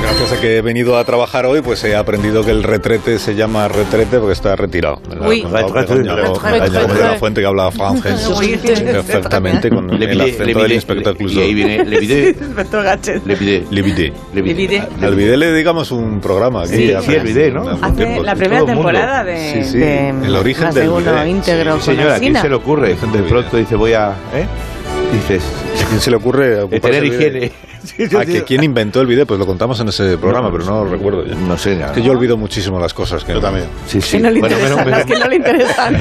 Gracias a que he venido a trabajar hoy, pues he aprendido que el retrete se llama retrete porque está retirado. Me lo ha Uy. contado Retrete. Begoña, Begoña, Retrete. Begoña de la fuente que hablaba francés Uy. perfectamente con Le el pide- le acento del pide- inspector Y ahí Clouseau. viene, le pide, Inspector Gadget. le pide, Le Bidet. le pide. Le pide. Al Bidet le dedicamos un programa. aquí. Sí, hace- sí, el Bidet, ¿no? hace un Hace tiempo. la primera todo el mundo. temporada de, Sí, sí, de el origen Más del de uno bidet. íntegro Sí, con Señora, ¿a quién Alsina. se le ocurre? Gente De de pronto vida. dice, voy a, ¿eh? Dices, ¿A quién se le ocurre eh, ocuparse tener del bidet? higiene. Sí, sí, ¿A sí. Ah, que quién inventó el bidet? Pues lo contamos en ese programa, pero no lo recuerdo ya. No sé, nada. Es que yo olvido muchísimo las cosas. Que Yo también. Sí, sí. Que no le Bueno, interesan, menos- las que no le interesan.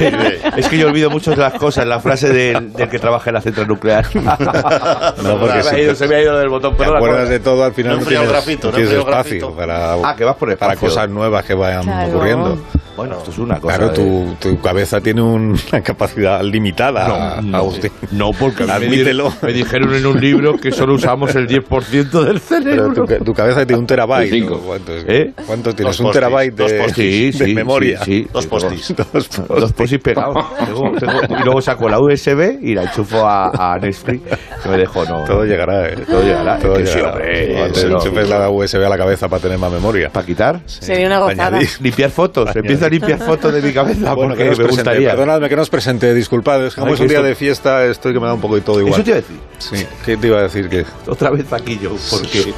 Es que yo olvido muchas de las cosas, la frase del, del que trabaja en la central nuclear. No, porque se, sí. me ha ido, se me ha ido del botón, Te pero acuerdas de todo, al final No he no enfriado tienes, grafito, no no he tienes enfriado espacio grafito. para, Ah, que vas por para espacio. cosas nuevas que vayan Claro. ocurriendo. Bueno, esto es una cosa. eh. Claro, de- tu, tu cabeza tiene una capacidad limitada, No, no, Agustín. no, porque a mí Admítelo. Me, di- me dijeron en un libro que solo usamos el 10% del Pero tu, cerebro. tu cabeza tiene un terabyte. Cinco. ¿no? ¿Cuánto, es? ¿Eh? ¿Cuánto tienes? Dos Un postis, terabyte dos de, Sí, de sí, memoria. sí, sí. Dos postis. Dos postis. Los posis pegados. Tengo- tengo- y luego saco la USB y la enchufo a, a Netflix. Que me dejó, no. Todo llegará, ¿eh? Todo llegará. Todo Que sí, llegará. hombre, Cuando pero- enchufes la USB a la cabeza para tener más memoria. ¿Para quitar? Sería una gozada. Añadir. Limpiar fotos. Empiezo a limpiar fotos de mi cabeza Ah, Bueno, porque que nos me presente. gustaría. Perdonadme que no os presente, disculpad. Es que como Ay, es un que día esto- de fiesta, estoy que me da un poco de todo igual. Eso te iba a decir. Sí, ¿qué te iba a decir? Que Otra vez aquí yo, porque...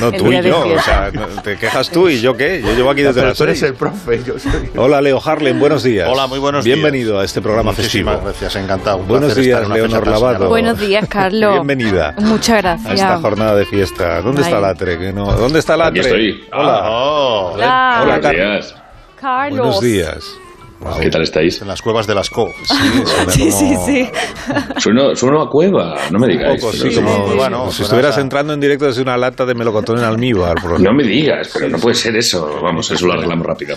no, El tú día y de yo. O sea, fiesta. no- te quejas tú y yo qué. Yo llevo aquí desde Pero las tú eres seis. el profe, yo soy... Hola, Leo Harlem, buenos días. Hola, muy buenos Bienvenido días. a este programa festivo. Muchísimas gracias, encantado. Un Buenos placer días, estar en una Leonor fecha tan Lavado. señalada. Buenos días, Carlos. Bienvenida. Muchas A esta gracias. jornada de fiesta. ¿Dónde Ay. está Latre? Que no- ¿Dónde está Latre? Aquí estoy. Hola. Oh, Hola, Hola, Buenos Carlos. días. Carlos. Buenos días. Wow. ¿Qué tal estáis? en las cuevas de las Co. Suena Sí, sí, como- sí. Sueno, sueno a cueva, no me Un digáis. Este, poco, pero sí, como, sí. Bueno, como si suena estuvieras a- entrando en directo desde una lata de melocotón en almíbar. por No ejemplo. me digas, pero no puede ser eso. Vamos, eso lo arreglamos rápido.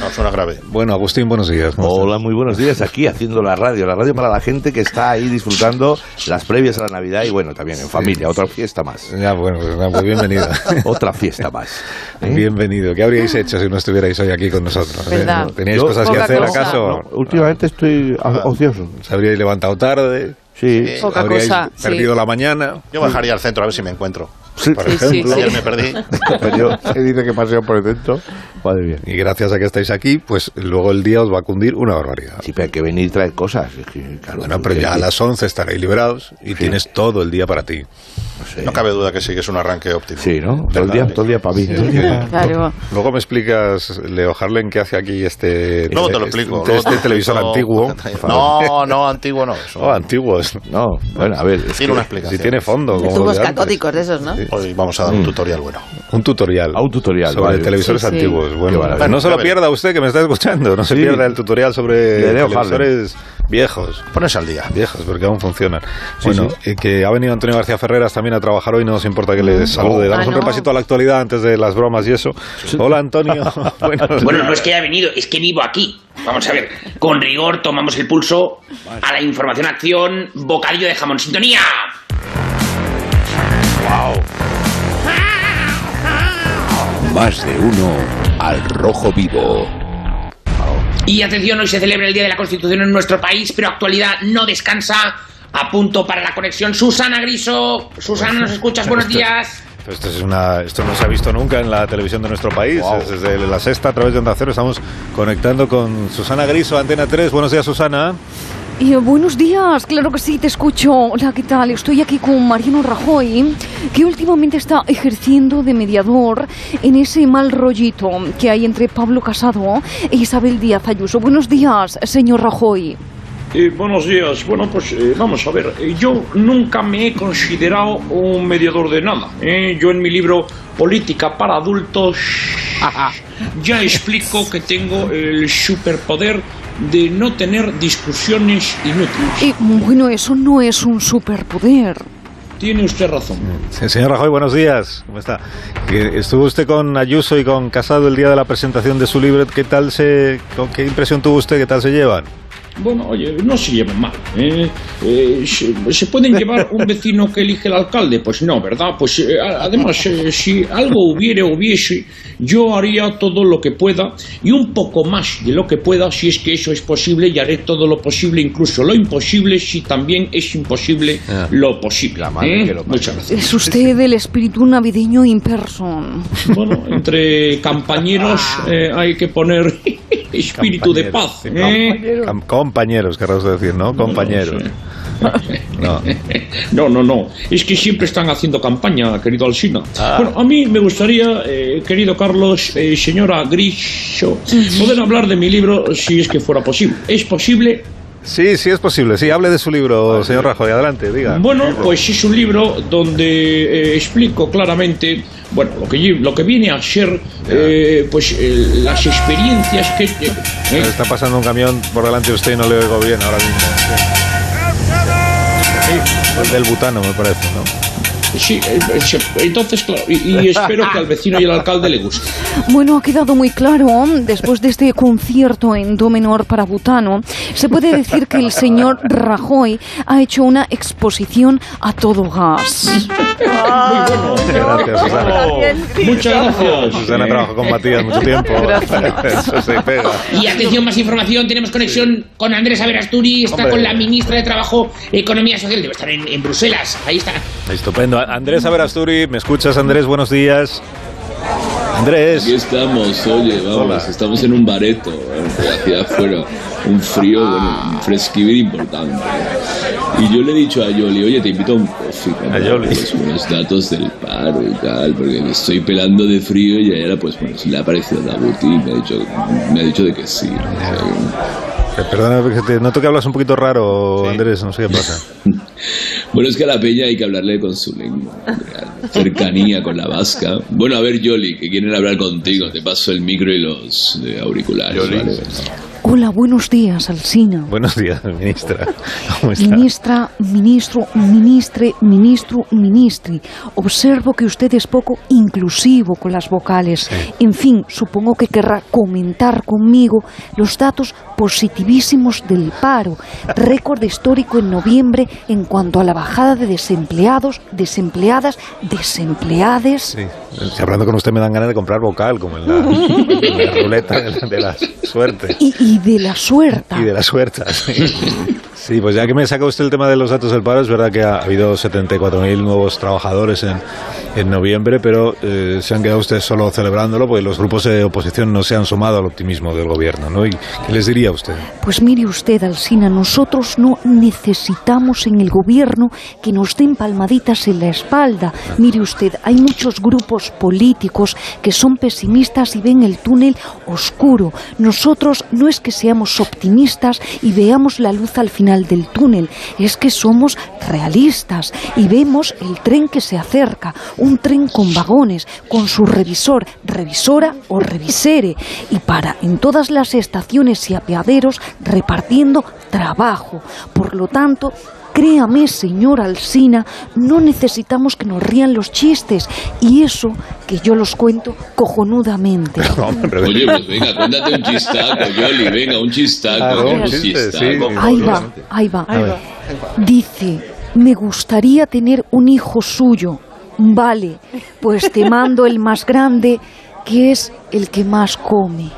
No, suena grave. Bueno, Agustín, buenos días. ¿Cómo estás? Hola, muy buenos días aquí haciendo la radio, la radio para la gente que está ahí disfrutando las previas a la Navidad y bueno, también en familia, otra fiesta más. Ya, bueno, pues, nada, pues bienvenido. Otra fiesta más. ¿eh? bienvenido. ¿Qué habríais hecho si no estuvierais hoy aquí con nosotros? Verdad. ¿Teníais Yo- cosas que Poca hacer cosa. acaso? Ah. No, últimamente estoy a- ocioso. ¿Os habríais levantado tarde? Sí. Poca ¿Habríais cosa, sí. perdido la mañana? Yo bajaría al centro a ver si me encuentro. Sí, Por Sí, sí, ejemplo. sí. Ayer me perdí. pero yo- se dice que paseo por el centro. Madre mía. Y gracias a que estáis aquí, pues luego el día os va a cundir una barbaridad. Sí, pero hay que venir y traer cosas. es que, claro, Bueno, pero ya a las 11 estaréis liberados y tienes todo el día para ti. no sé. No cabe duda que sí que es un arranque óptimo. Sí, ¿no? Todo el día, todo el día para mí. Todo el día. Claro. Luego me explicas, Leo Harlen, qué hace aquí este... Luego te lo este- explico. Este, luego te lo televisor explico. antiguo. No, no, antiguo no. Eso. Oh, antiguos. No, bueno, a ver. es Tiene una que- explicación. Si tiene fondo. como Tubos de antes. catódicos de esos, ¿no? Hoy vamos a dar un tutorial bueno. Un tutorial. Ah, un tutorial, Sobre vale. televisores Sí, sí. antiguos. Bueno, Qué maravilla. no se lo Bueno, pierda usted que me está escuchando. No se Sí. pierda el tutorial sobre De Leo televisores viejos. Pones al día. Viejos, porque aún funcionan. bueno, eh, que ha venido Antonio García Ferreras también a trabajar hoy. No nos importa que le salude. Damos Ah, un no. repasito a la actualidad antes de las bromas y eso. Hola, Antonio. pues Buenos Bueno, días. no es que haya venido, es que vivo aquí. Vamos a ver, con rigor tomamos el pulso a la información acción, bocadillo de jamón, sintonía. Más de uno al rojo vivo. Y atención, hoy se celebra el Día de la Constitución en nuestro país, pero actualidad no descansa. A punto para la conexión, Susana Griso. Susana, ¿nos escuchas? Buenos días. Pero Esto, es una, esto no se ha visto nunca en la televisión de nuestro país. Wow. Es Desde la sexta, a través de Onda Cero, estamos conectando con Susana Griso, Antena 3. Buenos días, Susana. Y eh, buenos días, claro que sí, te escucho. Hola, ¿qué tal? Estoy aquí con Mariano Rajoy, que últimamente está ejerciendo de mediador en ese mal rollito que hay entre Pablo Casado e Isabel Díaz Ayuso. Buenos días, señor Rajoy. Eh, buenos días. Bueno, pues eh, vamos a ver. Eh, Yo nunca me he considerado un mediador de nada. ¿eh? Yo en mi libro Política para adultos ya explico que tengo el superpoder de no tener discusiones inútiles. Eh, bueno, eso no es un superpoder. Tiene usted razón. Sí, señor Rajoy, buenos días. ¿Cómo está? Que Estuvo usted con Ayuso y con Casado el día de la presentación de su libro. ¿Qué tal se, con- qué impresión tuvo usted? ¿Qué tal se llevan? Bueno, oye, no se llevan mal. ¿eh? Eh, se se pueden llevar un vecino que elige el alcalde? Pues no, ¿verdad? Pues eh, a- además, eh, si algo hubiera o hubiese, yo haría todo lo que pueda y un poco más de lo que pueda, si es que eso es posible, y haré todo lo posible, incluso lo imposible, si también es imposible lo posible. Ah. madre ¿eh? que lo parió. Muchas gracias. Es usted el espíritu navideño in person. Bueno, entre campañeros Ah. eh, hay que poner espíritu de paz. ¿eh? Cam- compañeros, querrás decir, ¿no? Compañeros. No. No, no, no. Es que siempre están haciendo campaña, querido Alsina. Bueno, a mí me gustaría, eh, querido Carlos, eh, señora Grisho, poder hablar de mi libro si es que fuera posible. ¿Es posible? Sí, sí es posible. Sí, hable de su libro, señor Rajoy. Adelante, diga. Bueno, pues es un libro donde eh, explico claramente, bueno, lo que, lle- lo que viene a ser, eh, pues, eh, las experiencias que... eh, eh, Está pasando un camión por delante de usted y no le oigo bien ahora mismo. Sí. El del butano, me parece, ¿no? sí, eh, se- entonces, claro, y, y espero que al vecino y al alcalde le guste. Bueno, ha quedado muy claro, después de este concierto en do menor para Butano, se puede decir que el señor Rajoy ha hecho una exposición a todo gas. Gracias, Susana. Muchas gracias. Susana trabajó con Matías mucho tiempo. Eso se pega. Y atención, más información. Tenemos conexión con Andrés Averasturi. Está Hombre. con la ministra de Trabajo, Economía Social. Debe estar en, en Bruselas. Ahí está. Estupendo. Andrés Averasturi, ¿me escuchas, Andrés? Buenos días. Aquí Andrés. estamos, oye, vamos, Hola. estamos en un bareto, eh, hacia afuera, un frío, Ah. bueno, un fresquivir importante. Y yo le he dicho a Yoli, oye, te invito a un coffee, para A Yoli. pues, unos datos del paro y tal, porque me estoy pelando de frío y a ella, pues, bueno, se le ha parecido la y me ha dicho, me ha dicho de que sí. o sea, que- Eh, Perdona, que te noto que hablas un poquito raro, Andrés. No sé qué pasa. Bueno, es que a la peña hay que hablarle con su lengua, real, cercanía con la vasca. Bueno, a ver, Yoli, que quieren hablar contigo, te paso el micro y los eh, auriculares, ¿vale? Hola, buenos días, Alsina. Buenos días, ministra. ¿Cómo está? Ministra, ministro, ministre, ministro, ministri. Observo que usted es poco inclusivo con las vocales. En fin, supongo que querrá comentar conmigo los datos positivísimos del paro. Récord histórico en noviembre en cuanto a la bajada de desempleados, desempleadas, desempleades. Sí. Si hablando con usted me dan ganas de comprar vocal, como en la, en la ruleta de la, de la suerte. Y, y de la suerte. Y de la suerte. Sí. Sí, pues ya que me saca usted el tema de los datos del paro, es verdad que ha habido 74.000 nuevos trabajadores en, en noviembre, pero eh, se han quedado ustedes solo celebrándolo, porque los grupos de oposición no se han sumado al optimismo del gobierno, ¿no? ¿Y qué les diría a usted? Pues mire usted, Alsina, nosotros no necesitamos en el gobierno que nos den palmaditas en la espalda. Mire usted, hay muchos grupos políticos que son pesimistas y ven el túnel oscuro. Nosotros no es que seamos optimistas y veamos la luz al final del túnel, es que somos realistas y vemos el tren que se acerca, un tren con vagones, con su revisor, revisora o revisere, y para en todas las estaciones y apeaderos repartiendo trabajo. Por lo tanto, créame, señor Alsina, no necesitamos que nos rían los chistes, y eso que yo los cuento cojonudamente. Hombre, Oye, pues venga, cuéntate un chistaco, Yoli, venga, un chistaco, Claro, un un chiste, sí. chistaco. Ahí va, ahí va. A ver. Dice, me gustaría tener un hijo suyo. Vale, pues te mando el más grande, que es el que más come.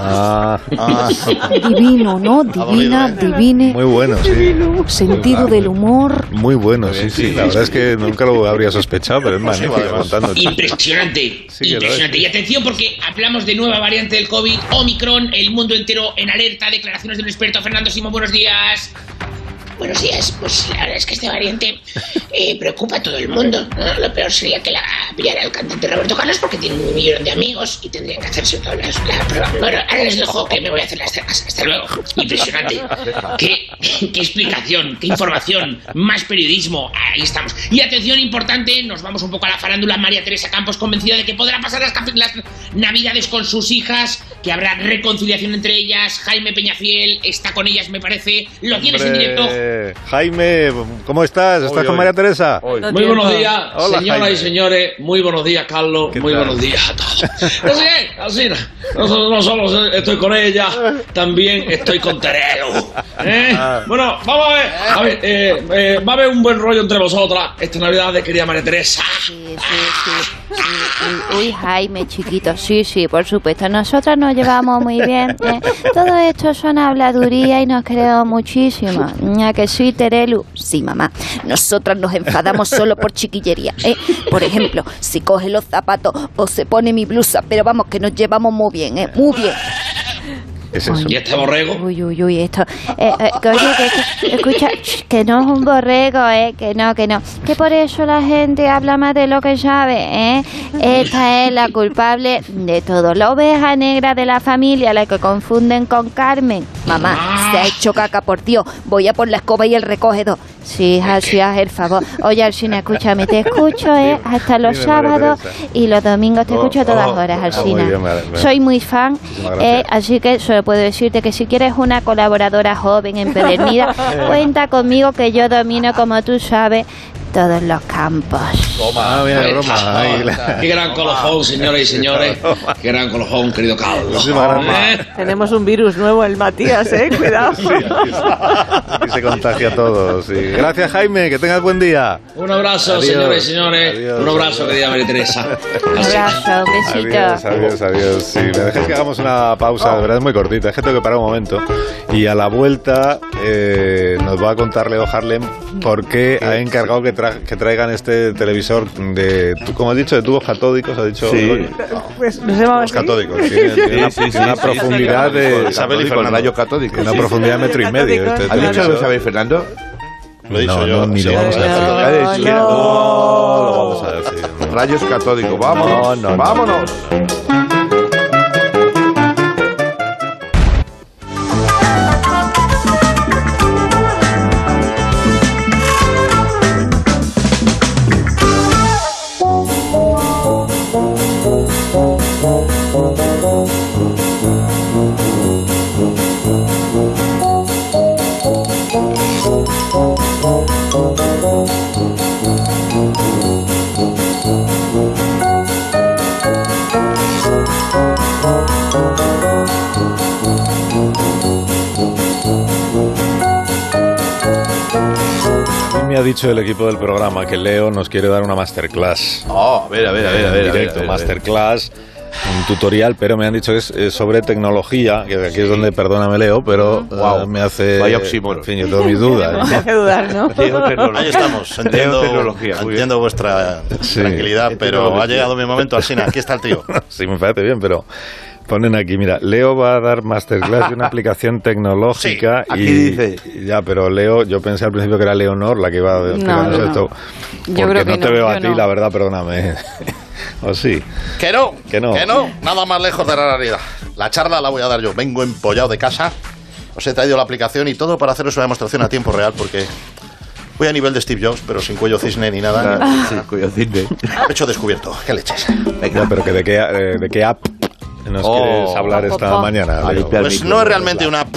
Ah, Divino, ¿no? Divina, divine. muy bueno, sí. Sentido del humor. Muy bueno, sí, sí. La verdad es que nunca lo habría sospechado, pero es magnífico contando. Impresionante. Sí que lo impresionante. Y atención porque hablamos de nueva variante del COVID, Omicron, el mundo entero en alerta, declaraciones de un experto, Fernando Simón, buenos días. Buenos días, pues la verdad es que este variante eh, preocupa a todo el mundo. ¿no? Lo peor sería que la pillara el cantante Roberto Carlos porque tiene un millón de amigos y tendría que hacerse todas las la prueba. Bueno, ahora les dejo que me voy a hacer las cejas. Hasta luego. Impresionante. ¿Qué, qué explicación, qué información, más periodismo. Ahí estamos. Y atención importante, nos vamos un poco a la farándula. María Teresa Campos convencida de que podrá pasar las, cap- las navidades con sus hijas, que habrá reconciliación entre ellas. Jaime Peñafiel está con ellas, me parece. Lo tienes en Hombre. directo. Jaime. Jaime, ¿cómo estás? ¿Estás Hoy, con hoy. María Teresa? Muy buenos días, Hola, señoras Jaime. y señores. Muy buenos días, Carlos. Muy tal? buenos días a todos. Así es, así es. No, solo- no solo estoy con ella, también estoy con Tereo. ¿eh? Ah. Bueno, vamos a ver. A ver, eh, eh, va a haber un buen rollo entre vosotras esta Navidad de querida María Teresa. Uy, uy, Jaime, chiquito, sí, sí, por supuesto. Nosotras nos llevamos muy bien. ¿eh? Todo esto son habladuría y nos creo muchísimo. Ya que sí, Terelu. Sí, mamá. Nosotras nos enfadamos solo por chiquillería. ¿eh? Por ejemplo, si coge los zapatos o se pone mi blusa. Pero vamos, que nos llevamos muy bien, ¿eh? Muy bien. ¿Y este borrego? Uy, uy, uy, esto. eh, eh, que oye, que- que- escucha, ch, que no es un borrego, ¿eh? Que no, que no. Que por eso la gente habla más de lo que sabe, ¿eh? Esta es la culpable de todo. La oveja negra de la familia, la que confunden con Carmen. Mamá, se ha hecho caca, por Dios. Voy a por la escoba y el recogedor. Sí, hija, sí, haz el favor. Oye, Alcina, escúchame, te escucho, ¿eh? Hasta los dime, María sábados Teresa. y los domingos te Oh, escucho a todas oh, horas, ah, muy Alcina. bien, vale, vale. Soy muy fan, Muchísimas eh, gracias. Así que solo puedo decirte que si quieres una colaboradora joven empedernida, cuenta conmigo que yo domino, como tú sabes, todos los campos. Toma, ah, mira, Ahí broma. está. Ahí la- Qué gran colofón, señoras y señores. Qué gran colofón, querido Carlos. ¿Eh? Tenemos un virus nuevo, el Matías, ¿eh? Cuidado. Aquí se contagia todo. sí. Gracias, Jaime. Que tengas buen día. Un abrazo, Adiós. señores y señores. un abrazo, querida María Teresa. Así. abrazo, un besito. Adiós, adiós, adiós. Si me dejáis que hagamos una pausa, de verdad es muy cortita, es que tengo que parar un momento. Y a la vuelta eh, nos va a contar Leo Harlem por qué ha encargado que, tra- que traigan este televisor de, tu- como has dicho, de tubos catódicos, ha dicho. Sí. Begoña. Pues no se llama Los catódicos. Tiene, tiene una, Sí, sí, sí, una sí, profundidad sí, de. sí, Isabel y Fernando. rayo catódico. Una profundidad de metro y medio. Este ¿Ha dicho televisor. algo Isabel Fernando? pues, Lo he dicho yo. ni lo Sí, vamos a no, decir. no, Ha dicho- no. no lo vamos a decir. Rayos catódicos, vámonos, No, no, no. vámonos. Y me ha dicho el equipo del programa que Leo nos quiere dar una masterclass. Oh, a ver, a ver, a ver, a ver, a En ver, directo, a ver, a ver. masterclass, un tutorial, pero me han dicho que es eh, sobre tecnología, que aquí es donde, perdóname Leo, pero eh, me hace... Vaya oxímoron. En fin, yo tengo mis dudas. ¿eh? ¿no? hace dudar, ¿no? Ahí estamos, entiendo, entiendo vuestra Sí. tranquilidad, pero ha llegado mi momento, Alsina, aquí está el tío. sí, me parece bien, pero ponen aquí, mira, Leo va a dar masterclass de una aplicación tecnológica Sí, aquí y dice. ya, pero Leo, yo pensé al principio que era Leonor la que iba a explicarnos no, no. esto, Yo porque creo que no te no, veo a yo ti, no. la verdad, perdóname. ¿O sí? Que no, Que no. nada más lejos de la realidad. La charla la voy a dar yo, vengo empollado de casa, os he traído la aplicación y todo para haceros una demostración a tiempo real, porque voy a nivel de Steve Jobs, pero sin cuello cisne ni nada. Ah, sí, cuello eh. cisne. Pecho descubierto, qué leches. No, pero que de qué, eh, de qué app nos Oh. quieres hablar esta Papá. mañana. Leo? Pues no es realmente una app.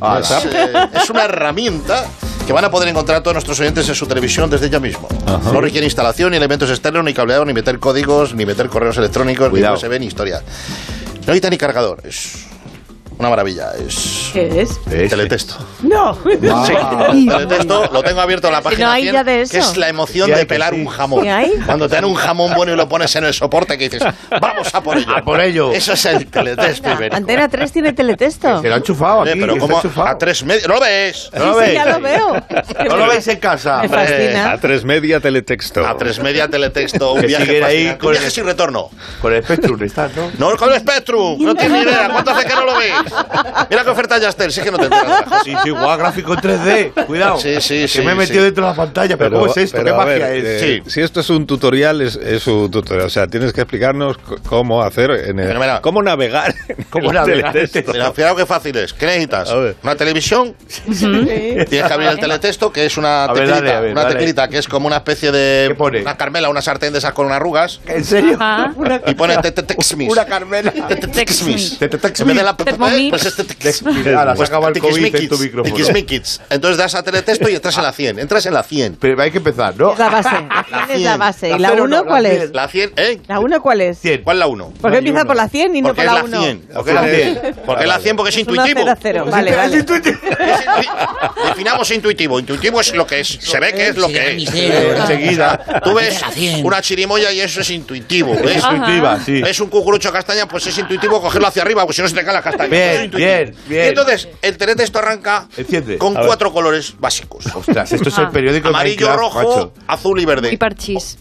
Ah, es, la eh, es una herramienta que van a poder encontrar todos nuestros oyentes en su televisión desde ya mismo. Ajá. No requiere instalación, ni elementos externos, ni cableado, ni meter códigos, ni meter correos electrónicos, Cuidado. ni USB, ni historia. No necesita ni cargador. Es una maravilla. Es ¿Qué es? teletexto. No. Ah, Sí, teletexto. Lo tengo abierto en la Ah. Si página. no hay 100, ya de eso. Que es la emoción Sí hay de que pelar sí. un jamón. ¿Sí hay? Cuando te dan un jamón bueno y lo pones en el soporte, que dices, vamos a por ello. A por ello. Eso es el teletexto Ah, ibérico. Antena 3 tiene teletexto. enchufado aquí, pero que como está enchufado. a tres medios. ¿No lo ves? Sí, sí, ya lo veo. ¿No lo veis en casa? Me Hombre, fascina. A tres media teletexto. A tres media teletexto, un Que viaje siguen ahí ahí con con viaje sin retorno. Con el Spectrum estás, ¿no? No, con el Spectrum, no tienes ni idea. ¿Cuánto hace que no lo veis? Mira qué oferta ya está, sí que no te enteras. Sí, sí, guau, gráfico en 3D, cuidado. Sí, sí, que sí, me he metido sí. dentro de la pantalla, pero, ¿cómo es esto? pero ¿Qué a magia ver, es? eh, Si esto es un tutorial, es, es un tutorial. O sea, tienes que explicarnos c- cómo hacer, en el- cómo navegar. en el teletexto. Mira, fijaos qué fácil es. ¿Qué necesitas? ¿Una televisión? Tienes que abrir el teletexto, que es una A ver, teclita, dale, a ver, una dale. teclita que es como una especie de una carmela, una sartén de esas con arrugas. ¿En serio? Ah, Y pone te- te- texmis. Una Carmela. Texmis. En vez de la p- p- Tiquismiquis. Pues este tiquismiquis. Ahora, Ah, se acaba el COVID en tu tiquismiquis, micrófono. tiquismiquis. Entonces das a teletexto y entras en la 100. Entras en la 100. Pero hay que empezar, ¿no? Es la base. La 100 es la base. ¿Y la cero 1 no, cuál cien. es? La 100, ¿eh? ¿La 1 cuál es? ¿Cuál la 1? ¿Por qué empieza por la 100 Pues y no Porque por es la la 1? 100. Porque es la 100. Porque es la 100 porque es Es una intuitivo. 0 0. Vale, vale. Definamos intuitivo. Intuitivo es lo que es. Se ve que es lo que es. cerebro. Eh, Enseguida. Tú ves Era la cien. una chirimoya y eso es intuitivo. Es ¿ves? intuitiva, Ajá. sí. Es un cucurucho castaña, pues es intuitivo cogerlo hacia arriba, porque si no se te cae la castaña. Bien, Eso es intuitivo. bien, bien. Y entonces, el teletexto arranca Enciende. con A ver. cuatro colores básicos. Ostras, esto es Ah. el periódico de Amarillo, Minecraft, rojo, macho. azul y verde. Y parchís.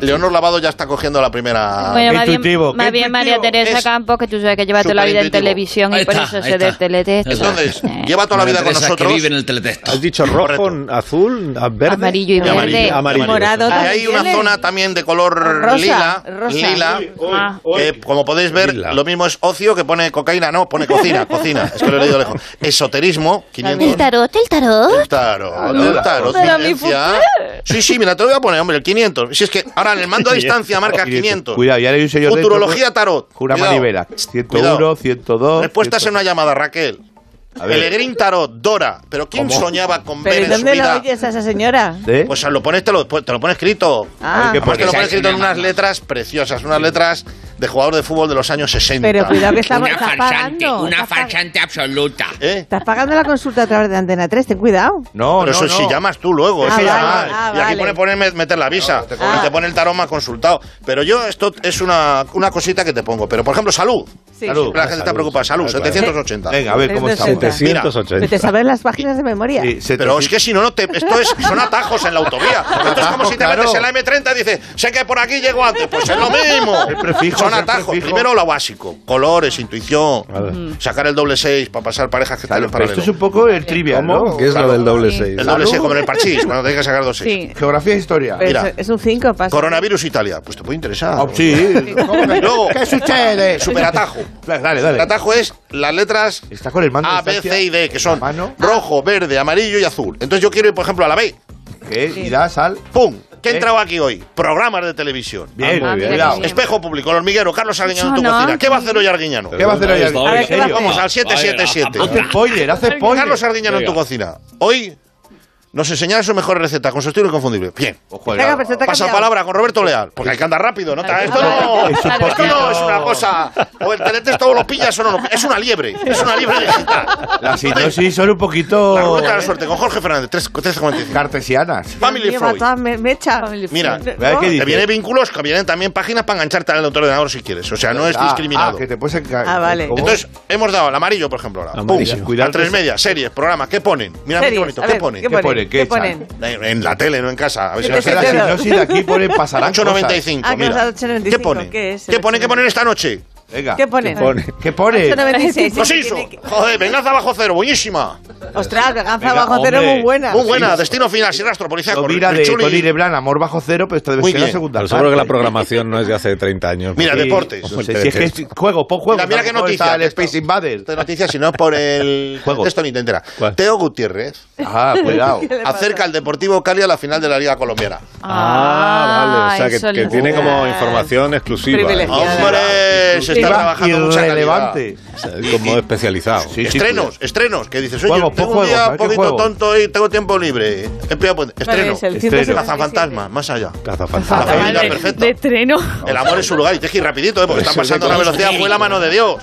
Leonor Lavado ya está cogiendo la primera... Bueno, más bien, más bien María Teresa Campos, que tú sabes que lleva toda la vida en superintuitivo. televisión y Ahí por está, eso ahí se está. del teletexto. Eh. Entonces, lleva toda la vida con nosotros. el teletexto. Has dicho rojo, azul, verde. Amarillo y Y amarillo. verde. Amarillo. Morado Y hay también una tiene. zona también de color Rosa, lila, rosa. lila, Uy, Ah. que como podéis ver, lo mismo es ocio que pone cocaína, no, pone cocina, cocina, es que lo he leído lejos. Esoterismo, 500. ¿El tarot? ¿El tarot? El tarot, Ah, el tarot, Pero mi Vigencia. mujer. Sí, sí, mira, te lo voy a poner, hombre, el 500. Si es que ahora en el mando a distancia marca 500. Cuidado, ya le un señor Futurología tarot. Jura Cuidado. manivela. 101, 102. Respuestas en una llamada, Raquel. A ver. El Egrín Tarot, Dora. ¿Pero quién ¿Cómo? soñaba con ver ¿Pero ¿y en su dónde la vida? oyes a esa señora? ¿Eh? Pues lo pones, te lo, te lo pone escrito. ¿Eh? Ah. Además, te lo pone Porque escrito en unas letras preciosas, unas letras de jugador de fútbol de los años 60. Pero cuidado que estamos- Una estás farsante, pagando. una estás pag- farsante absoluta. Estás pagando la consulta a través de Antena 3, ten cuidado. No, ¿Eh? Pero no, eso no. si llamas tú luego. Ah, eso vale, llamas. ah, y aquí vale. pone ponerme- meter la visa. y te, pone el tarot más consultado. Pero yo, esto es una, una cosita que te pongo. Pero, por ejemplo, salud. Sí. Salud. La gente Salud. está preocupada. Salud, Claro, claro. 780. Venga, a ver cómo estamos. 780. Mira, Pero te sabes las páginas de memoria. Sí, se- Pero es que si no, no te, esto es, son atajos en la autovía. Esto es como si te Claro. metes en la M30 y dices, sé que por aquí llego antes. Pues es lo mismo. El prefijo, son el atajos. prefijo. Primero lo básico. Colores, intuición. Sacar el doble 6 para pasar parejas que están en Pero esto paralelo. es un poco el trivia, ¿no? ¿Qué es lo del doble 6? El doble 6 como en el parchís, cuando tengas que sacar dos 6. Sí. Geografía e historia. Pero Mira. es- es un 5, pasa. Coronavirus Italia. Pues te puede interesar. Ah, Sí. Luego, ¿Qué sucede? Superatajo. Dale, dale. El atajo es las letras Está con el mando A, de B, distancia. C y D, que son mano. rojo, verde, amarillo y azul. Entonces yo quiero ir, por ejemplo, a la B. ¿Qué? Y das al... ¡Pum! ¿Qué he ¿Eh? entrado aquí hoy? Programas de televisión. Bien, Ah, muy bien. cuidado. bien. Espejo público, el hormiguero, Carlos Arguiñano en tu Eso no. cocina. ¿Qué va a hacer hoy Arguiñano? ¿Qué va a hacer hoy? A ver, ¿qué va a hacer? Vamos al Hace 777. spoiler, hace spoiler. Pues Carlos Arguiñano en tu cocina. Hoy nos enseñará su mejor receta con su estilo inconfundible. Bien. Ojo, Venga, pero se te ha Pasa cambiado. palabra con Roberto Leal, porque hay que andar rápido, ¿no? Esto no, Es un esto no poquito- es una cosa. O el teletexto o lo pillas o no lo pillas. Es una liebre, es una liebre digital. Las hipnosis son un poquito... La ruleta de la suerte con Jorge Fernández, 3, 3,45. Cartesianas. Family Lleva Freud. toda me, mecha. Mira, ¿Verdad que te dice? viene vínculos, que vienen también páginas para engancharte al otro ordenador si quieres. O sea, no es Ah, discriminado. Ah, que te puedes enca- Ah, vale. ¿Cómo? Entonces, hemos dado al amarillo, por ejemplo, ahora. Amarillo. Pum, Cuidado a tres que se- medias, series, programas. ¿Qué ponen? Mira qué Series, bonito, a ¿qué ver, ponen? ¿qué ¿Qué ponen? ¿Qué ¿Qué ponen? echan? En en la tele, no en casa. A ver si Siete, no Es que la se- siete, hipnosis de aquí ponen pasarán cosas. 8.95. Ah, que nos mira. ha dado 8.95, ¿Qué ponen? ¿qué es? ¿Qué ponen? ¿Qué ponen esta noche? Venga. ¿Qué ponen? ¿Qué pone? 896. Los sí, hizo. tiene que- Ah, Joder, venganza bajo cero, buenísima. Ostras, venganza Venga, bajo cero hombre. muy buena. Muy buena, destino final, sin rastro, policía Lo con mira de Richuli. Tony Leblanc, amor bajo cero, pero esta debe Muy ser la bien. segunda. Seguro que la parte. programación no es de hace 30 años. Mira, Sí. deportes. No sé, si es que es juego, pon juego. Mira, mira a lo qué mejor noticia, está el esto. Space Invaders. de noticias, sino por el Juegos. texto ni te entera. ¿Cuál? Teo Gutiérrez Ah, cuidado. ¿Qué le pasa? acerca al Deportivo Cali a la final de la Liga Colombiana. Ah, vale. O eso sea, que, le que tiene gusta. como información exclusiva. Privilegiada. ¿eh? ¡Hombre! Se está Iba trabajando mucha irrelevante. calidad. O sea, Como especializado. Sí, sí, estrenos, estrenos, que dices, oye, Juegos, tengo pon un día juegos, un a ver qué poquito juegos. tonto y tengo tiempo libre. He pillado, pues, ¿Cuál Estreno. es el Estreno. 177? Cazafantasma, más allá. Cazafantasmas. La familia Madre, perfecta. De treno. El amor es su lugar y tienes que ir rapidito, ¿eh? porque Pues está Eso sí pasando a una que es velocidad, fue la mano de Dios.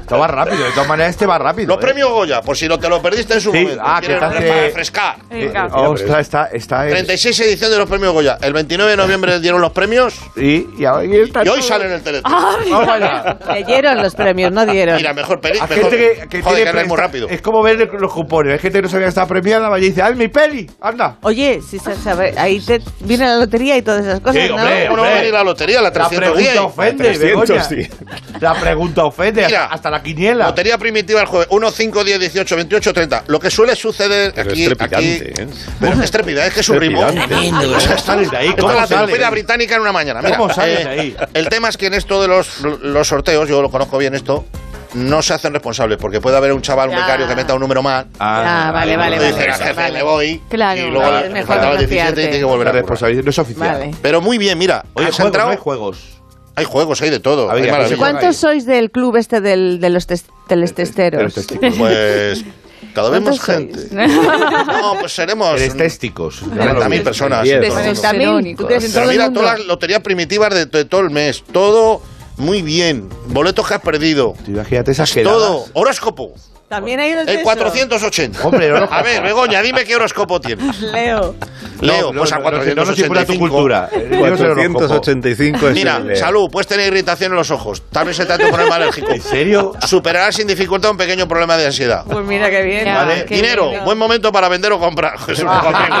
Esto va rápido, de todas maneras este va rápido. Los eh. premios Goya, por si no te lo perdiste en su Sí, momento. ah, ¿Quieres que te hace- para refrescar. Eh, Venga. Ostras, está... está en- 36 edición de los premios Goya. El 29 de noviembre dieron los premios Y, y ahora- y está y hoy todo- salen el teletexto. Ah. Vamos allá. Leyeron los premios, no dieron. Mira, mejor peli. A Mejor, gente que, que joder, tiene que no es muy presta- rápido. Es como ver los cupones. Hay gente que no sabía que estaba premiada, vaya y dice, ¡ay, mi peli! ¡Anda! Oye, si se sabe, ahí te viene la lotería y todas esas cosas, Sí, ¿no? hombre. ¿Cómo no va a venir la lotería? La La 310. pregunta ofende, 300, Begoña. La pregunta ofende, Mira. hasta, hasta la quiniela. Lotería primitiva el jueves. 1, 5, 10, 18, 28, 30. Lo que suele suceder Pero aquí. es trepidante, aquí- ¿eh? Pero es trepidante, es que es un ritmo. Trepidante. O sea, está- Salen de ahí, Esto ¿cómo es la salen? tertulia británica en una mañana. Mira, eh, ¿Cómo salen de ahí? El tema es que en esto de los, los sorteos, yo lo conozco bien esto, no se hacen responsables porque puede haber un chaval, un Ya. becario que meta un número mal. Ah, vale, vale, Entonces vale, dice, la vale, jefe, vale. me voy. Claro, y luego vale, le- mejor faltaba el no 17 y fiarte. tiene que volver La a currar. responsabilidad no es oficial. Vale. Pero muy bien, mira, Oye, has juegos, no entrado hay juegos. Hay juegos, hay de todo. hay maravillas. ¿Cuántos sois del club este del, de los tes- telestesteros? Pues cada vez más ¿Cuántos gente. No, pues seremos. Telestésticos. 30.000 personas. Bien, Todo. ¿no? 60.000, ¿tú crees en todo Pero el mira, mundo? todas las loterías primitivas de, de todo el mes. Todo muy bien. Boletos que has perdido. Tú Imagínate esas Todo. quedadas. Horóscopo. También hay El 480. Hombre, el horóscopo. A ver, Begoña, dime qué horóscopo tienes. Leo. Leo, no, pues a no, no, no, no nos 485. impone tu cultura. Pues, eh, El mío es el horóscopo. 485 es Mira, el de- salud, puedes tener irritación en los ojos. Tal vez se trate de un problema alérgico. ¿En serio? Superarás sin dificultad un pequeño problema de ansiedad. Pues mira qué bien. ¿Vale? qué Dinero, bien. buen momento para vender o comprar. Jesús, no comprendo.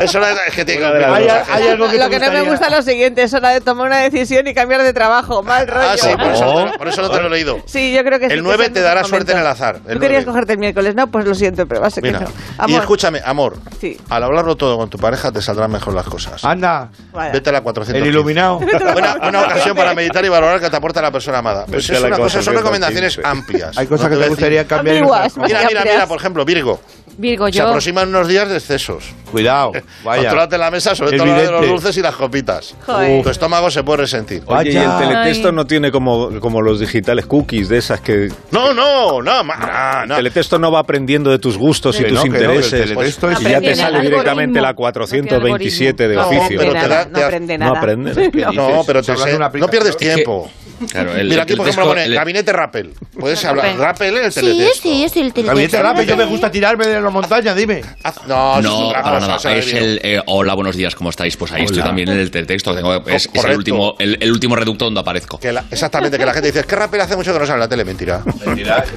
Eso es la- es que tiene que comprar Hay- mucha gente. algo que lo te que no me gustaría? gusta es lo siguiente, es hora de tomar una decisión y cambiar de trabajo. Mal rollo. Ah, sí, por eso, por eso no te lo he leído. Sí, yo creo que sí. El 9 que son te dará buenos suerte en el momentos. azar. Tú El querías 9. cogerte el miércoles, no, pues lo siento, pero va a ser que Mira, no. y Amor, escúchame, amor, Sí. al hablarlo todo con tu pareja te saldrán mejor las cosas. Anda, vaya. Vete a la 400. el iluminado. Buena, buena ocasión para meditar y valorar que te aporta la persona amada. Pues Vete a es la una cosa, son 415. recomendaciones amplias. Hay No cosas que voy te a gustaría decir- cambiar. y no Ambiguas, sabes Mira, cómo. mira, mira, por ejemplo, Virgo. Virgo, Se yo. aproximan unos días de excesos. Cuidado, vaya. Controlate la mesa, sobre todo la de los Evidente. dulces y las copitas. Joder. Tu estómago se puede resentir. Oye, y Vaya. el teletexto Ay. no tiene como, como los digitales cookies de esas que... No, no, no, ma- no, El no. teletexto no va aprendiendo de tus gustos y Que tus no, que no, que el intereses. teletexto es- y ya te Aprende sale el directamente algoritmo. la 427 de No, oficio. pero aprende te nada, da- no te- aprende no nada. aprendes. No, pero te Hablas de sé- una no aplicación. pierdes Es tiempo. Claro, el- Mira, aquí el por ejemplo texto- pone el- gabinete Rappel. Puedes hablar. Rappel. Rappel en el Sí, teletexto. sí, es el A mí te teletexto. rape, yo me gusta tirarme de la montaña, dime. Haz- Ah, No, eso es No, otra para cosa, nada. se Es ha el eh, hola, buenos días, ¿cómo estáis? Pues ahí estoy Hola. también en el texto. Tengo, es es el, correcto. último, el, el último reducto donde aparezco. Que la- exactamente, que la gente dice, es que Rappel hace mucho que no sale en la tele, mentira.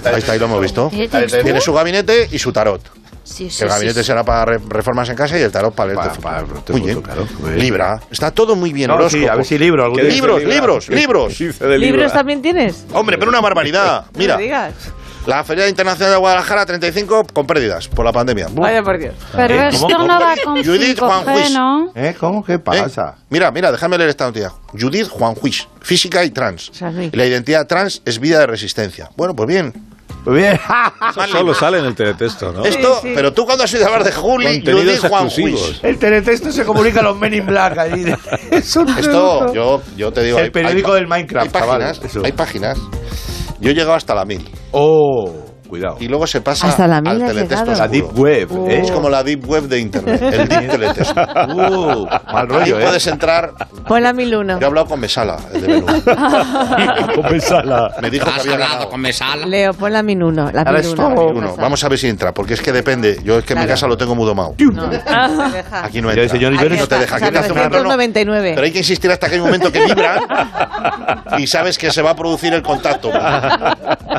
Ahí está, ahí lo hemos visto. ¿Teletexto? Tiene su gabinete y su tarot. Sí, sí, Que el gabinete sí, sí. será para re- reformas en casa y el tarot para leer Para- tu- para- Muy bien. claro, pues. Libra. Está todo muy bien. No, horóscopo. sí, a ver si libro algún ¿Qué día. dice Libros, Libra? libros, libros. ¿Qué dice de ¿Libros Libra? también tienes? Hombre, pero una barbaridad. No Mira, digas. la Feria Internacional de Guadalajara 35 con pérdidas por la pandemia. Buah. Vaya por Dios. Pero ¿Eh? esto ¿Cómo? no va con Judith Juanjuis. 5G, ¿no? ¿Eh? ¿Cómo? ¿Qué ¿Eh? pasa? Mira, mira, déjame leer esta noticia. Judith Juanjuis, física y trans. sea, sí. La identidad trans es vida de resistencia. Bueno, pues bien. Pues bien. Eso solo sale en el teletexto, ¿no? Esto, sí. pero tú cuando has oído hablar de Juli, Contenidos Judith Juanjuis. exclusivos. El teletexto se comunica a los Men in Black allí. Es un Esto, truco. yo, yo te digo. El hay- periódico hay pa- del Minecraft, Hay páginas, chavales, eso. hay páginas. Yo he llegado hasta la 1000 Oh, cuidado. y luego se pasa Hasta la 1000 al has teletexto. llegado. La oscuro. Deep Web, ¿eh? Es como la deep web de internet, el deep teletexto. Uh, mal Ahí rollo, ¿eh? puedes entrar. Pon la 1001. Yo he hablado con Mesala, el de Belú. Me dijo que ¿Has había ganado. hablado con Mesala? Leo, pon la 1001. La Ahora es 1001. Uno, Vamos a ver si entra, porque es que depende. Yo es que en mi Claro. casa lo tengo mudo mao. No, no te deja. Aquí no Yo, entra. señor, yo Aquí no- no te deja. Aquí te hace un error, no. 999. Pero hay que insistir hasta que hay un momento que vibra y sabes que se va a producir el contacto.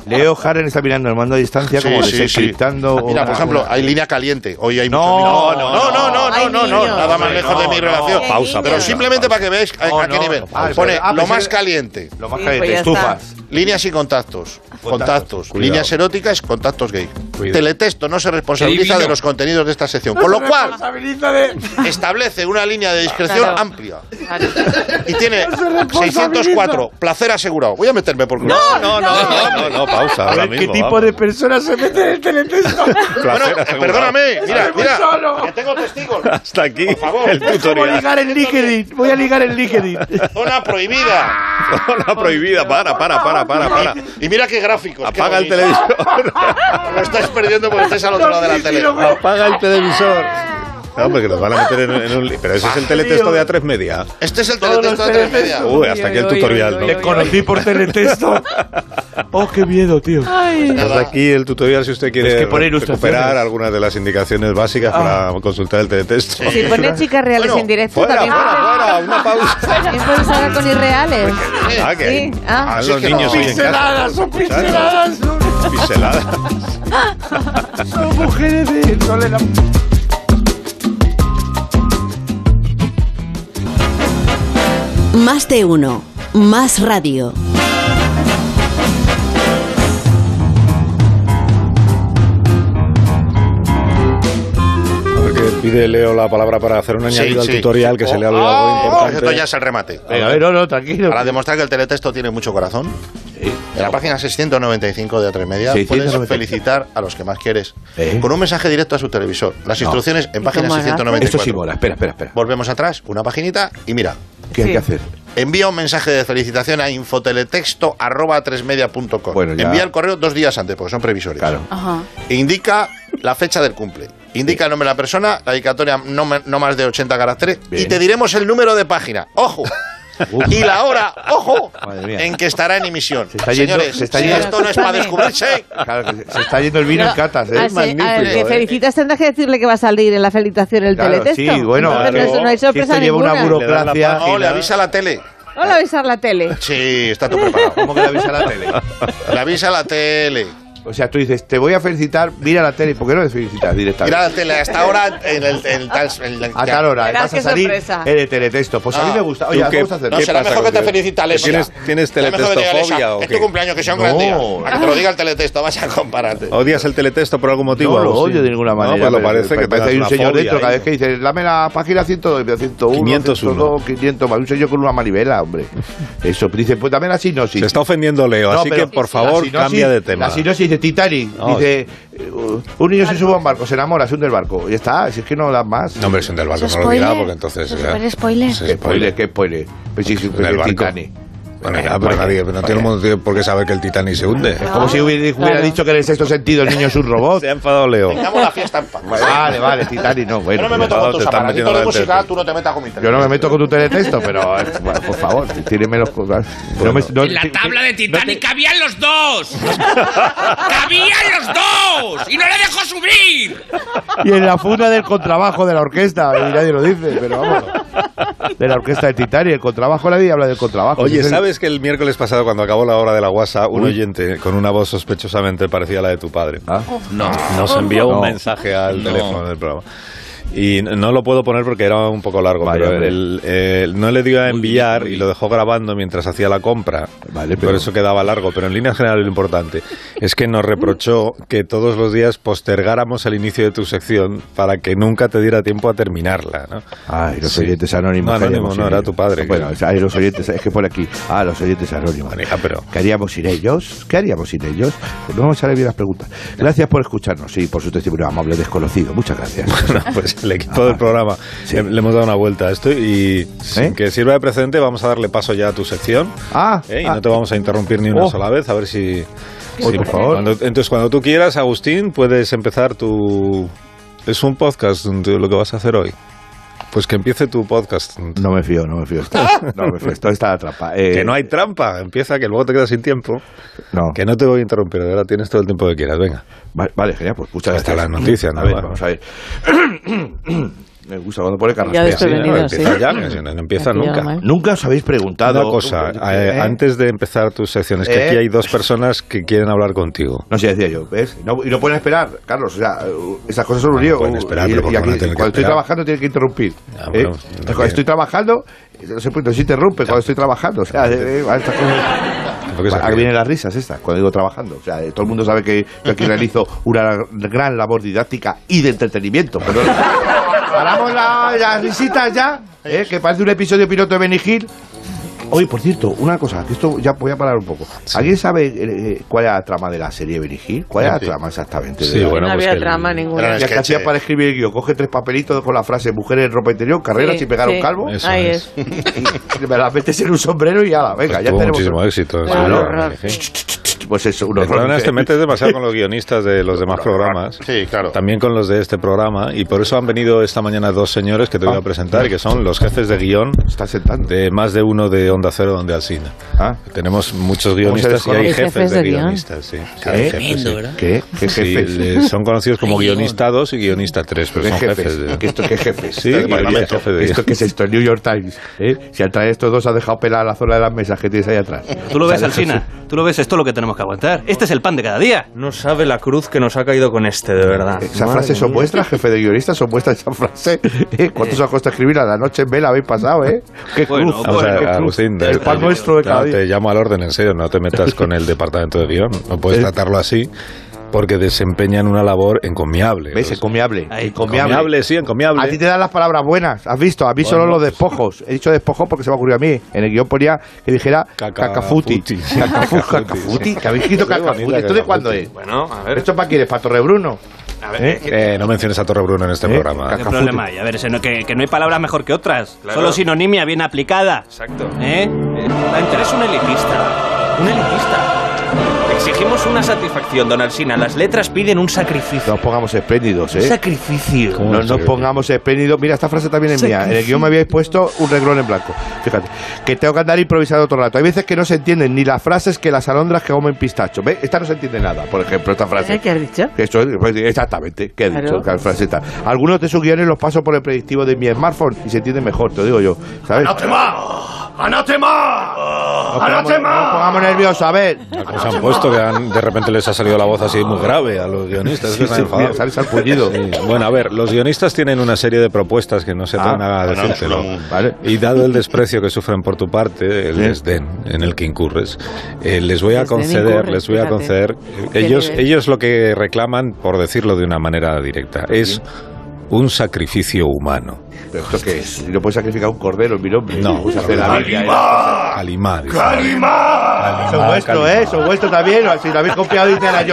Leo Haren está mirando el mando a distancia como descriptando. Mira, por ejemplo, hay línea caliente. Hoy hay No, mucho- no, no, no, no, Ay, no, no, no, niños. nada más No, lejos de mi no, relación. no, pausa, Pero pausa, simplemente para que veáis a, No, a qué no, nivel. no, pausa. Pone Ah, lo pensé más que- caliente. Lo más Sí, caliente, pues ya estufas. Líneas y contactos. Contactos. Cuidado. Líneas eróticas, contactos gay. Cuidado. Teletexto no se Qué responsabiliza divino. de los contenidos de esta sección. Con lo cual, establece una línea de discreción Claro. amplia. Y tiene 604. Placer asegurado. Voy a meterme por culo. No, no, no, no, no, pausa. A ahora ver qué mismo, tipo vamos. de personas se mete en el teletexto. Placer Bueno, eh, asegurado. perdóname. Mira, mira. solo. Que tengo testigos. Hasta aquí Por favor. el Es como tutorial. ligar en LinkedIn. Voy a ligar en LinkedIn. Zona prohibida. Zona prohibida. Para, para, para, para, para. Y mira qué gráficos. qué Apaga el bonito. televisor. Lo estáis perdiendo porque estáis al otro lado de la tele. Apaga el televisor. No, hombre, que nos van a meter en, en un... li- Pero ese es el teletexto de A3 Media. Este es el Todos los teletexto de tres media. Uy, hasta aquí el tutorial, ¿no? Te conocí por teletexto. Oh, qué miedo, tío. Hasta aquí el tutorial si usted quiere Es que pone ilustraciones. recuperar algunas de las indicaciones básicas para consultar el teletexto. Si pone chicas pues, reales Bueno, en directo, Fuera, también, fuera, fuera, una pausa. también puedes hablar con irreales. Ah, que Sí, ah. ah, Sí, los que niños no. hoy en casa. Pinceladas, son Claro. pinceladas. Pinceladas. Son mujeres de soledad. Más de uno. Más radio. Porque pide Leo la palabra para hacer un Sí, añadido al sí. tutorial que se le ha olvidado Oh, algo Esto ya importante. es el remate. Venga, a ver, no, no, tranquilo. Para demostrar que el teletexto tiene mucho corazón, en la página 695 de A3 Media puedes 695. felicitar a los que más quieres ¿Eh? con un mensaje directo a su televisor. Las No. instrucciones en ¿Y página cómo harás? Esto sí 694. mola. Espera, espera, espera. Volvemos atrás, una paginita y mira. ¿Qué hay Sí. que hacer? Envía un mensaje de felicitación a infoteletexto arroba tresmedia.com. ya. Envía el correo dos días antes, porque son previsores. Ajá. Indica la fecha del cumple. Indica el nombre de la persona, la dedicatoria no, me- no más de 80 caracteres. Y Bien. te diremos el número de página. ¡Ojo! Y la hora, ojo, Madre mía. en que estará en emisión. Se está yendo- Señores, se está si yendo- esto no es para descubrirse. Claro, que se- se está yendo el vino Pero, en catas, ¿eh? al se- al que felicitas tendrás que decirle que va a salir en la felicitación el Claro, teletexto. sí, bueno, Entonces, claro. no, es- no hay Si sorpresa esto lleva una ninguna. burocracia- Gracias. No, le avisa a la tele. Hola, besar la tele. Sí, está todo preparado. ¿Cómo que le avisa a la tele? Le avisa a la tele. O sea, tú dices, te voy a felicitar, mira la tele. ¿Por qué no le felicitas directamente? Mira la tele hasta ahora en el, en el tal- en la- A tal hora, ¿eh? Verás vas a qué salir sorpresa. en el teletexto. Pues a mí Ah. me gusta. ¿Tú Oye, qué- vamos a hacer no, será mejor que te felicite, Alexa. ¿Tienes, tienes Será mejor que te diga, Alexa, teletextofobia o Es qué? tu cumpleaños, que sea un gran día. A que te lo diga el teletexto, vas a compararte. ¿Odias el teletexto por algún motivo? No lo Agustín? odio de ninguna No, manera. pues lo pero- parece pero que tengas parece hay un una señor fobia ¿eh? dentro cada ahí. vez que dice, dame la página 102, 101, 501. 102, 500, un señor con una manivela, hombre. Eso, dice, pues dame la sinosis. Se está ofendiendo Leo, No, así pero que por la favor sinosis- cambia de tema. La sinosis de Titanic. No, dice, eh, un niño se sube a un barco, se enamora, se hunde el barco. Y ya está, si es que no das más. No, hombre, es un del barco, Eso no lo diga spoiler. porque entonces. Eso ya- fue spoiler. Sí, ¿Qué spoiler? ¿Qué spoiler? Pues sí, sí, En el el barco. Titanic. Bueno, ya, pero nadie, pero no tiene el mundo tiene por qué saber que el Titanic se hunde. Es Como si hubiera, hubiera dicho que en el sexto sentido el niño es un robot. Se ha enfadado Leo. Tengamos la fiesta en paz. Vale, vale, Titanic, no, bueno. Yo no me meto cuidado, con te tus estás metiendo aparatos en de el música, teletexto. tú no te metas con mi Yo no me meto con tu teletexto, pero eh, bueno, por favor, tíreme los. No me, no, En la tabla de Titanic cabían los dos. ¡Cabían los dos! ¡Y no le dejó subir! y en la funda del contrabajo de la orquesta, y nadie lo dice, pero vamos. De la orquesta de Titanic, el contrabajo, nadie habla del contrabajo. Oye, Ese es el- ¿sabes que el miércoles pasado, cuando acabó la hora de la guasa, un Uy. Ah. oyente con una voz sospechosamente parecida a la de tu padre No. nos envió No. un mensaje al No. teléfono del programa? Y n- no lo puedo poner porque era un poco largo, pero vale. el- eh, no le dio a enviar y lo dejó grabando mientras hacía la compra. Por eso quedaba largo, pero en línea general lo importante es que nos reprochó que todos los días postergáramos el inicio de tu sección para que nunca te diera tiempo a terminarla. ¿no? Ay, los Sí. oyentes anónimos. No, que anónimo, haríamos no, sin era ellos. tu padre. Bueno, o sea, los oyentes, es que por aquí. Ah, los oyentes anónimos. pero... ¿Qué haríamos sin ellos? ¿Qué haríamos sin ellos? Pues no vamos a leer bien las preguntas. Gracias por escucharnos y por su testimonio amable desconocido. Muchas gracias. Bueno, pues el equipo del programa le, le hemos dado una vuelta a esto y sin que sirva de precedente vamos a darle paso ya a tu sección. Ah, ¿eh? y ah. no te vamos a interrumpir ni una Oh. sola vez, a ver si... Oye, si- por favor. cuando- entonces, cuando tú quieras, Agustín, puedes empezar tu... Es un podcast de lo que vas a hacer hoy. Pues que empiece tu podcast. No me fío, no me fío. Esto, no me fío, esto está la trampa. Eh, que no hay trampa. Empieza, que luego te quedas sin tiempo. No. Que no te voy a interrumpir, de verdad, tienes todo el tiempo que quieras. Venga. Vale, vale, genial, pues muchas Hasta gracias. las noticias, ¿no? A ver, Vale. vamos a ver. Me gusta cuando pone carraspea. desprevenido, Sí, no, empieza sí. ya, que si no, no empieza Me ha pillado nunca. mal. Nunca os habéis preguntado. Una cosa, eh, ¿Eh? antes de empezar tus secciones, que ¿Eh? aquí hay dos personas que quieren hablar contigo. No sé, decía yo, ¿ves? No- y no pueden esperar, Carlos. O sea, uh, esas cosas son un No lío. pueden esperar, y, pero y ¿por qué aquí, van a tener que cuando estoy esperar? trabajando, tiene que interrumpir. Ah, bueno, ¿eh? no cuando estoy trabajando, no sé, pues, no se interrumpe cuando estoy trabajando. O sea, eh, eh, estas qué se cosas. Aquí ríe? vienen las risas estas, cuando digo trabajando. O sea, eh, todo el mundo sabe que yo aquí realizo una gran labor didáctica y de entretenimiento. Pero Paramos la- las visitas ya, ¿eh? que parece un episodio piloto de Benny Hill. Oye, por cierto, una cosa, que esto ya voy a parar un poco. ¿Alguien sabe eh, cuál era la trama de la serie Benny Hill? ¿Cuál era la Sí. trama exactamente? Sí, de la- bueno, pues No había trama ninguna. Ya que hacía para escribir el guión, coge tres papelitos con la frase mujeres en ropa interior, carreras Sí, y pegar un sí. calvo. Eso Ahí es. Y me las metes en un sombrero y ala, venga, ya Tuvo tenemos. Pues muchísimo éxito. en su Claro. vida, Claro. sí. Pues eso, De unos todas maneras, roles. te metes demasiado con los guionistas de los demás programas. Sí, claro. También con los de este programa. Y por eso han venido esta mañana dos señores que te voy a presentar, que son los jefes de guión de más de uno de Onda Cero, donde Alcina. Tenemos muchos guionistas y hay desconoce? jefes, Jefes de, de guión. guionistas. Sí, ¿Qué? Hay jefes, Tremendo, sí. ¿verdad? ¿Qué? ¿Qué Sí, jefes? le- son conocidos como Ay, guionista 2 y guionista 3, pero ¿Qué son jefes? jefes. de- ¿Qué esto, qué jefes? Sí, Esto guionistas, parlamento. jefes de guión. ¿Esto qué es esto? El New York Times. ¿eh? Si al traer estos dos ha dejado pelada la zona de las mesas que tienes ahí atrás. Tú lo ves, O sea, Alsina. Tú lo ves, esto es lo que tenemos que aguantar. Este es el pan de cada día. No sabe la cruz que nos ha caído con este, de verdad. ¿Esas frases Eh, son vuestras, jefe de guionistas? ¿Son vuestras esas frases? ¿Eh? ¿Cuántos os ha costado escribir a la noche en vela? ¿Habéis pasado, eh? ¡Qué cruz! Vamos a ver, qué cruz. pues, Agustín, el te- pan te- nuestro de no, cada día. Te llamo al orden, en serio, no te metas con el departamento de guión. No puedes tratarlo así porque desempeñan una labor encomiable. ¿Ves? Encomiable. encomiable. sí, encomiable. A ti te dan las palabras buenas, has visto, a mí solo los despojos. He dicho despojos porque se me ocurrió a mí. En el guión ponía que dijera cacafuti. Cacafuti. Cacafu- Cacafuti, que habéis escrito Qué bonita cacafuti. ¿Esto de cacafuti. cuándo es? Bueno, a ver. ¿Esto para quién es? ¿Para Torre Bruno? A ver, Eh, no menciones a Torre Bruno en Eh, este programa. ¿Qué problema hay? A ver, ese no- que, que no hay palabras mejor que otras. Claro. Solo sinonimia bien aplicada. Exacto. ¿Eh? La gente es un elitista. Un elitista. Exigimos una satisfacción, don Alsina. Las letras piden un sacrificio. No pongamos espléndidos, ¿eh? Un sacrificio. No nos pongamos espléndidos. Mira, esta frase también es mía. En el Sacrificio. guión me habíais puesto un renglón en blanco. Fíjate. Que tengo que andar improvisando todo el rato. Hay veces que no se entienden ni las frases que las alondras que comen pistacho. ¿Ve? Esta no se entiende nada, por ejemplo, esta frase. ¿Qué has dicho? Eso es, pues, exactamente, ¿qué he Claro. dicho? Cal- fraseta. Algunos de sus guiones los paso por el predictivo de mi smartphone y se entiende mejor, te lo digo yo. ¿Sabes? ¡Anátema! ¡Anátema! Pongamos nerviosos, a ver. Os han puesto que han- de repente les ha salido la voz así muy grave a los guionistas. Sí, que se han sí, enfadado. mira, sales al pullido. Sí. Bueno, a ver, los guionistas tienen una serie de propuestas que no se atreven Ah, a bueno, decírtelo. es Y dado el desprecio que sufren por tu parte, el desdén en el que incurres, eh, les voy a Desdén conceder, incurres, les voy a fíjate. conceder. Qué Ellos, nivel. ellos lo que reclaman, por decirlo de una manera directa, es un sacrificio humano. ¿Pero esto qué es? ¿No puedes sacrificar un cordero en mi nombre? No, Pues hacer la Biblia, ¿eh? Calimán. Ah, Son vuestros, ¿eh? Son vuestros también. Si lo habéis copiado de Indiana Ah.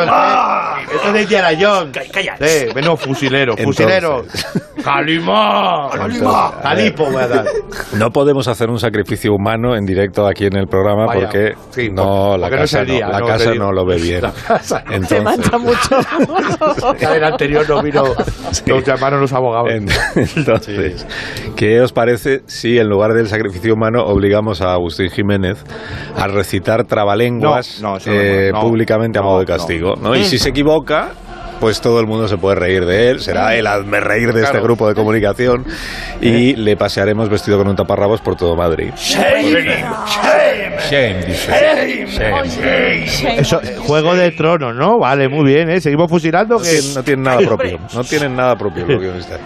Jones, ¿eh? Esto es de Indiana Jones. Sí, menos fusilero, fusilero. ¡Calimán! ¡Calimán! ¡Calipo voy a dar! No podemos hacer un sacrificio humano en directo aquí en el programa Vaya, porque sí, no, porque la no es casa, el día, no, la no, casa te digo. no lo ve bien. La casa no. Entonces, mucho. Ya del anterior no vino. Nos llamaron los abogados. entonces, ¿qué os parece si en lugar del sacrificio humano obligamos a Agustín Jiménez a recitar trabalenguas No, no, eso no es eh, bueno, no. públicamente a modo de castigo? ¿no? Y si se equivoca, pues todo el mundo se puede reír de él, será el hazme reír de este Claro. Eh. grupo de comunicación y le pasearemos vestido con un taparrabos por todo Madrid. Pues Shame, dice. Shame. Eso, eh, juego de tronos, ¿no? Vale, muy bien, ¿eh? Seguimos fusilando. No tienen, no tienen nada propio. No tienen nada propio los guionistas.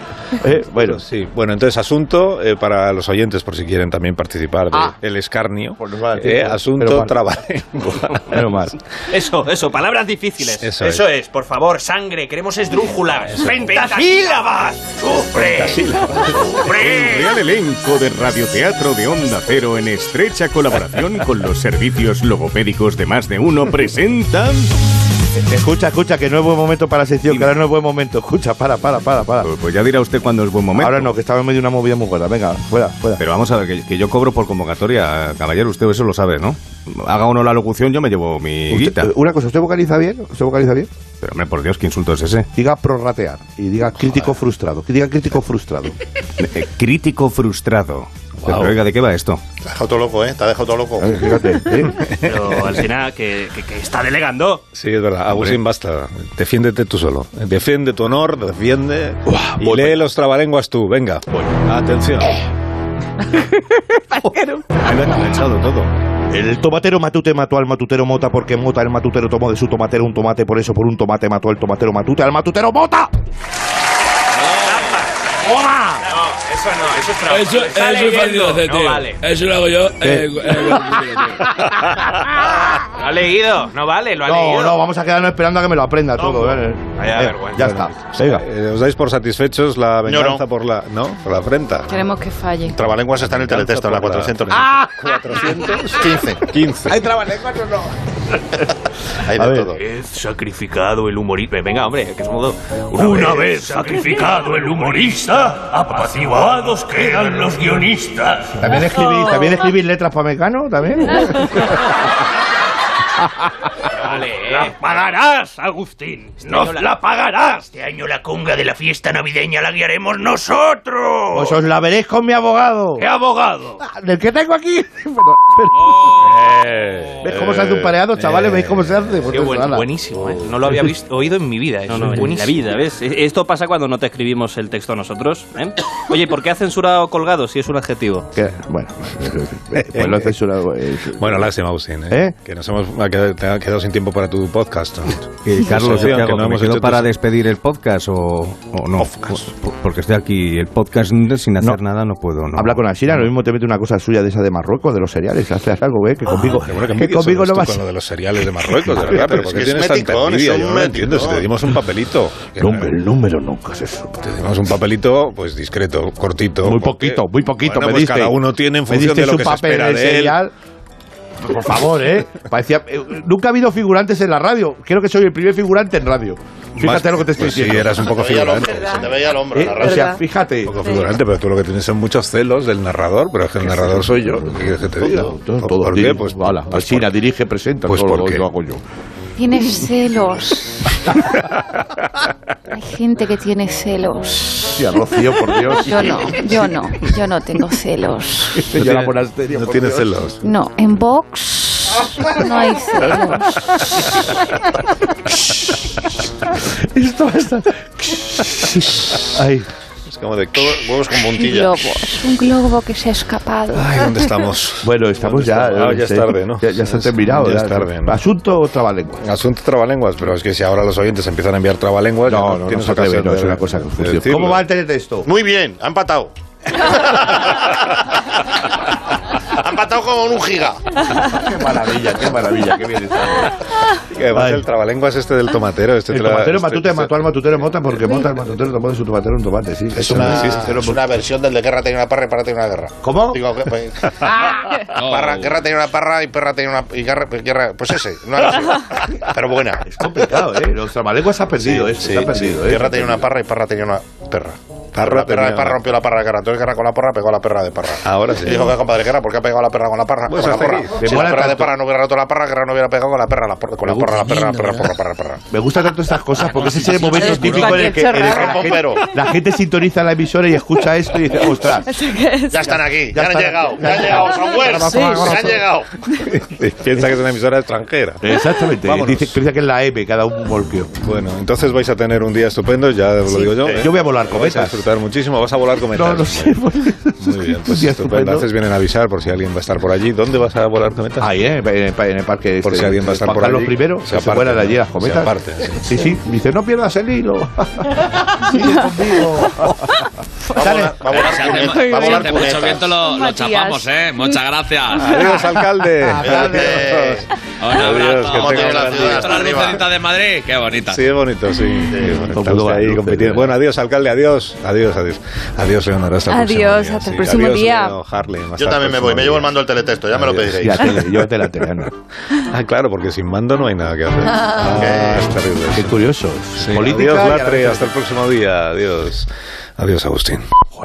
bueno, sí. Bueno, entonces asunto eh, para los oyentes, por si quieren también participar de Ah. el escarnio. vale, Eh, tío, pero asunto mal. trabalengua. Menos mal. Eso, eso, palabras difíciles. Eso es. por favor, sangre, queremos esdrújulas. ¡Pentasílabas! ¡Sufre! El Real elenco de Radioteatro de Onda Cero en estrecha colaboración con los servicios logopédicos de más de uno presentan. Escucha, escucha, que no es buen momento para la sección, que ahora no es buen momento. Escucha, para, para, para, para. Pues ya dirá usted cuándo es buen momento. Ahora no, que estaba en medio de una movida muy gorda. Venga, fuera, fuera. Pero vamos a ver, que, que yo cobro por convocatoria, caballero, usted eso lo sabe, ¿no? Haga uno la locución, yo me llevo mi Usted- guita. eh, una cosa, ¿usted vocaliza bien? ¿Usted vocaliza bien? Pero hombre, por Dios, ¿qué insulto es ese? Diga prorratear y diga crítico frustrado. Que diga crítico frustrado. Eh, crítico frustrado. Pero oiga, ¿de qué va esto? Te ha dejado todo loco, ¿eh? Te ha dejado todo loco. ¿eh? Pero Alsina, que, que, que está delegando. Sí, es verdad. Agustín, basta. Defiéndete tú solo. Defiende tu honor, defiende. y lee los trabalenguas tú. Venga. Atención. Eh, todo. El tomatero matute mató al matutero mota porque mota el matutero tomó de su tomatero un tomate, por eso por un tomate mató el tomatero matute al matutero mota. ¡Toma! No, eso no, eso es trabajo. Eso, eso Está es fácil de leyendo, hacer, no tío. vale. Eso lo hago yo. ¿Qué? eh, eh, Lo ha leído, no vale, lo ha No, leído. no, vamos a quedarnos esperando a que me lo aprenda todo. ¿eh? Vaya Eh, vergüenza. Ya está. Eh, ¿Os dais por satisfechos la Yo no. venganza por la, ¿no? por la afrenta? Queremos que falle. Trabalenguas está en el teletexto, en la 400. Ah, 415. 15. ¿Hay trabalenguas o no? Hay de todo. Es sacrificado el humorista. Venga, hombre, que somos dos. Una, vez sacrificado el humorista, apaciguados quedan los guionistas. También escribí, también escribí letras para Mecano, también. Vale, La pagarás, Agustín. Este Nos la pagarás. Este año la conga de la fiesta navideña la guiaremos nosotros. Pues os la veréis con mi abogado. Ah, ¿Qué abogado? ¿Del que tengo aquí? Pero- pero- ¿Ves cómo se hace un pareado, chavales? ¿Veis cómo se hace? Pues Qué eso, bueno, ala. buenísimo, ¿eh? No lo había visto, oído en mi vida. Eso no, en la buenísimo. vida, ¿ves? E, Esto pasa cuando no te escribimos el texto nosotros. ¿eh? Oye, ¿por qué ha censurado colgado si es un adjetivo? Que- Bueno, pues lo he censurado. eh. Bueno, lástima, Agustín, ¿eh? que nos hemos ha quedado, te ha quedado sin tiempo para tu podcast. ¿no? Eh, Carlos, Sección ¿yo qué hago? que no ¿Me hemos quedo hecho para tus- despedir el podcast o, o no? Po- Porque estoy aquí, el podcast sin hacer nada no puedo. No. Habla con Ashira, lo mismo te mete una cosa suya de esa de Marruecos, de los cereales. Hace algo, ¿eh? Que conmigo, Pero bueno, Ah, qué que envidia conmigo somos no tú vas. con lo de los cereales de Marruecos, de verdad, pero Es ¿por qué que es tienes tanta meticón, envidia? es Yo un no lo entiendo, si meticón. te dimos un papelito. Nunca, el número nunca se supo. Te dimos un papelito, pues discreto, cortito. Muy ¿por qué? poquito, muy poquito. Bueno, me pues diste. cada uno tiene en Me función diste de lo su que se papel espera en el de él. cereal. Por favor, ¿eh? Parecía, eh, nunca ha habido figurantes en la radio. Creo que soy el primer figurante en radio. Fíjate lo que te estoy pues sí, diciendo. Eh, eras un poco Se te veía el figurante. hombro, se te veía el hombro, Eh, la O sea, verdad. fíjate. Un poco figurante, pero tú lo que tienes son muchos celos del narrador, pero es que el narrador soy yo. ¿Qué quieres que te diga? ¿Por qué? Pues, pues China dirige, presenta, Pues todo lo- porque- lo hago yo. Tienes celos. Hay gente que tiene celos. Hostia, Rocío, por Dios. Yo no, yo no, yo no tengo celos. Este ya la monasterio, no por tiene Dios. celos. No, en box no hay celos. Esto basta. Ay. Es como de todo, huevos con Un globo, es un globo que se ha escapado. Ay, ¿dónde estamos? Bueno, estamos ¿Dónde ya. ¿eh? estamos? Ah, ya es sí. tarde, ¿no? Ya, ya se ha terminado. Ya ya. es tarde, ¿no? ¿Asunto o trabalenguas? Asunto trabalenguas, pero es que si ahora los oyentes empiezan a enviar trabalenguas, ya No, no, no tienes se atreve, ocasión no, de- es una cosa que de funciona. decirlo. ¿Cómo va el teletexto? Muy bien, ha empatado. ha empatado con un giga. Qué maravilla, qué maravilla, qué bien está. Que además el trabalenguas este del tomatero, este El te lo- tomatero este- matute mató al matutero mota porque mota al matutero tomó de su tomatero un tomate, sí. Es una, es una versión del de guerra tenía una parra y perra tenía una guerra. ¿Cómo? Digo, que- pues, parra- guerra tenía una parra y perra tenía una y guerra, guerra- pues ese, una versión, pero buena. Es complicado, ¿eh? Los trabalenguas ha perdido, Sí, eso, sí, se ha perdido, sí. ¿eh? Guerra tenía una parra y parra tenía una perra. la perra de tenía- parra rompió la parra de guerra. Entonces guerra con la parra pegó a la perra de parra. Ahora sí. Y dijo que compadre guerra, ¿por qué ha pegado la perra con la parra? Pues con la hasta porra. aquí. Si Me la mola perra de tanto. parra no hubiera roto la parra, guerra no hubiera pegado con la perra, la porra- con la porra, la perra, la perra, porra, perra, perra. ¿eh? Me gustan tanto estas cosas porque ese es el Sí, momento sí, típico en el que, en el que la, Ramón gente, Pero. la gente sintoniza la emisora y escucha esto y dice, ostras. Ya están aquí, ya, Ya han están llegado, aquí, ya ya han llegado, Samuel, están. Sí, ya han sí. llegado. Piensa que es una emisora extranjera. Exactamente. Vámonos. Dice, piensa que es la M, cada un volquio. Bueno, entonces vais a tener un día estupendo, ya os lo digo yo. Sí. ¿eh? Yo voy a volar Lo vais a cometas. disfrutar muchísimo, vas a volar cometas. No, no sé. Muy bien, pues Un día estupendo. estupendo. Haces bien en avisar por si alguien va a estar por allí. ¿Dónde vas a volar cometas? Ahí, ¿eh? En el, pa- en el parque. Por este, si alguien va a estar Juan por Carlos allí, primero, se que se aparten, fueran ¿no? allí las Se cometas. aparten, sí. sí, Dice, no pierdas el hilo. Sigue conmigo. Dale. Va a volar Si hace- cunetas, va a si volar hace mucho cunetas. viento lo, lo Matías. chapamos, ¿eh? Muchas gracias. Adiós, alcalde. Alcalde. Un abrazo. Adiós, que ¿Cómo tenga tiene un la gran ciudad? día. Hasta las luceritas de Madrid? Qué bonita. Sí, es bonito, sí. Qué bonito. Está usted ahí compitiendo. Bueno, adiós, alcalde, adiós. Adiós, adiós. Adiós, Leonor, hasta el próximo Adiós, día, hasta el sí. próximo Adiós, día. Leo Harley, hasta Yo el también me próximo voy, me llevo día. el mando del teletexto, ya me lo Adiós. pediréis. Y la tele, yo te la tele, Ah, claro, porque sin mando no hay nada que hacer. Ah, es terrible. Qué curioso. Sí, Política adiós, y a Latre, veces- hasta el próximo día. Adiós. Adiós, Agustín.